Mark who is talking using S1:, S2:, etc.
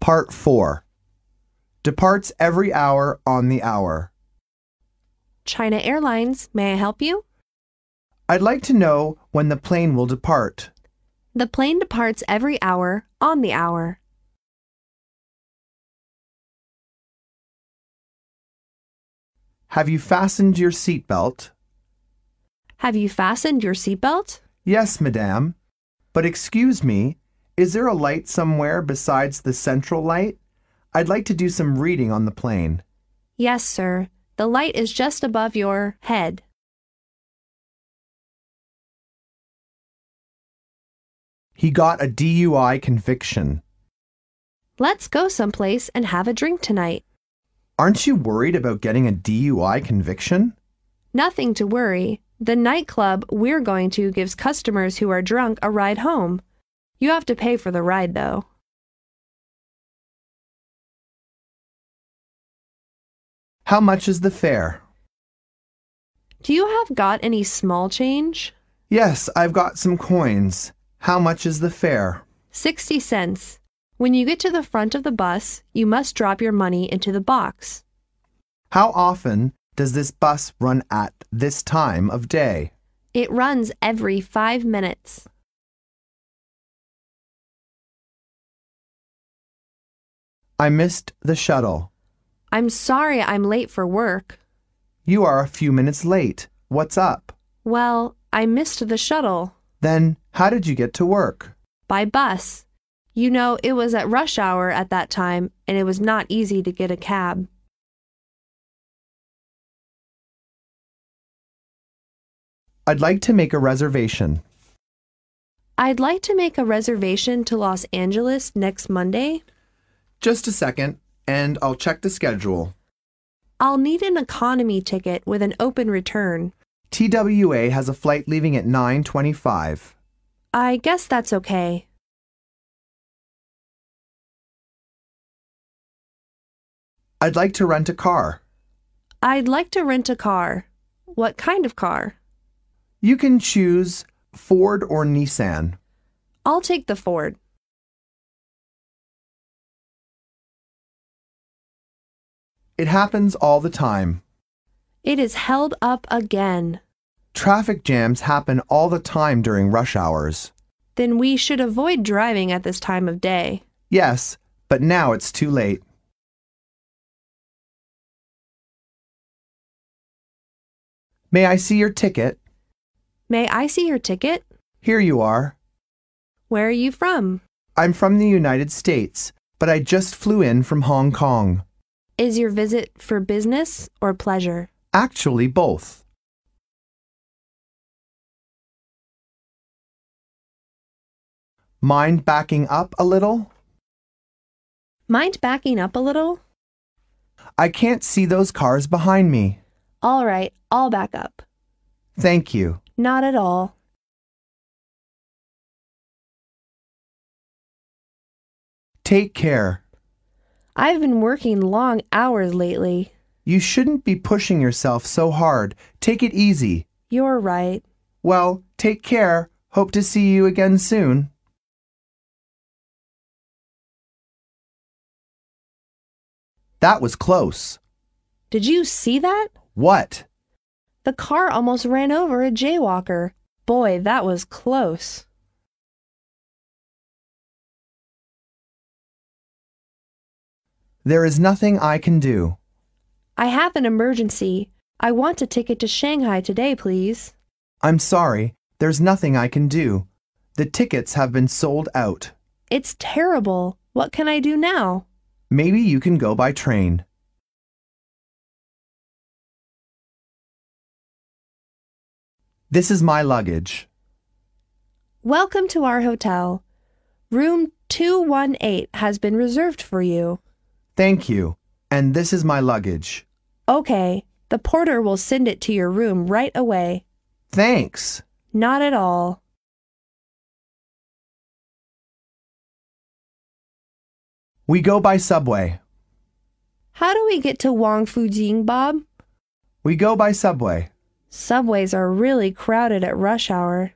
S1: Part 4 Departs every hour on the hour.
S2: China Airlines, may I help you?
S1: I'd like to know when the plane will depart.
S2: The plane departs every hour on the hour.
S1: Have you fastened your seatbelt?
S2: Have you fastened your seatbelt?
S1: Yes, madame. But excuse me, is there a light somewhere besides the central light? I'd like to do some reading on the plane.
S2: Yes, sir. The light is just above your head.
S1: He got a DUI conviction.
S2: Let's go someplace and have a drink tonight.
S1: Aren't you worried about getting a DUI conviction?
S2: Nothing to worry. The nightclub we're going to gives customers who are drunk a ride home. You have to pay for the ride, though.
S1: How much is the fare?
S2: Do you have got any small change?
S1: Yes, I've got some coins. How much is the fare?
S2: 60 cents. When you get to the front of the bus, you must drop your money into the box.
S1: How often does this bus run at this time of day?
S2: It runs every five minutes.
S1: I missed the shuttle.
S2: I'm sorry I'm late for work.
S1: You are a few minutes late. What's up?
S2: Well, I missed the shuttle.
S1: Then, how did you get to work?
S2: by bus. You know, it was at rush hour at that time, and it was not easy to get a cab.
S1: I'd like to make a reservation.
S2: I'd like to make a reservation to Los Angeles next Monday.
S1: Just a second, and I'll check the schedule.
S2: I'll need an economy ticket with an open return.
S1: TWA has a flight leaving at 9:25.
S2: I guess that's okay.
S1: I'd like to rent a car.
S2: I'd like to rent a car. What kind of car?
S1: You can choose Ford or Nissan.
S2: I'll take the Ford.
S1: It happens all the time.
S2: It is held up again.
S1: Traffic jams happen all the time during rush hours.
S2: Then we should avoid driving at this time of day.
S1: Yes, but now it's too late. May I see your ticket?
S2: May I see your ticket?
S1: Here you are.
S2: Where are you from?
S1: I'm from the United States, but I just flew in from Hong Kong.
S2: Is your visit for business or pleasure?
S1: Actually, both. Mind backing up a little?
S2: Mind backing up a little?
S1: I can't see those cars behind me.
S2: All right, I'll back up.
S1: Thank you.
S2: Not at all.
S1: Take care.
S2: I've been working long hours lately.
S1: You shouldn't be pushing yourself so hard. Take it easy.
S2: You're right.
S1: Well, take care. Hope to see you again soon. That was close.
S2: Did you see that?
S1: What?
S2: The car almost ran over a jaywalker. Boy, that was close.
S1: There is nothing I can do.
S2: I have an emergency. I want a ticket to Shanghai today, please.
S1: I'm sorry. There's nothing I can do. The tickets have been sold out.
S2: It's terrible. What can I do now?
S1: Maybe you can go by train. This is my luggage.
S2: Welcome to our hotel. Room 218 has been reserved for you.
S1: Thank you. And this is my luggage.
S2: Okay, the porter will send it to your room right away.
S1: Thanks.
S2: Not at all.
S1: We go by subway.
S2: How do we get to Wang Fujing, Bob?
S1: We go by subway.
S2: Subways are really crowded at rush hour.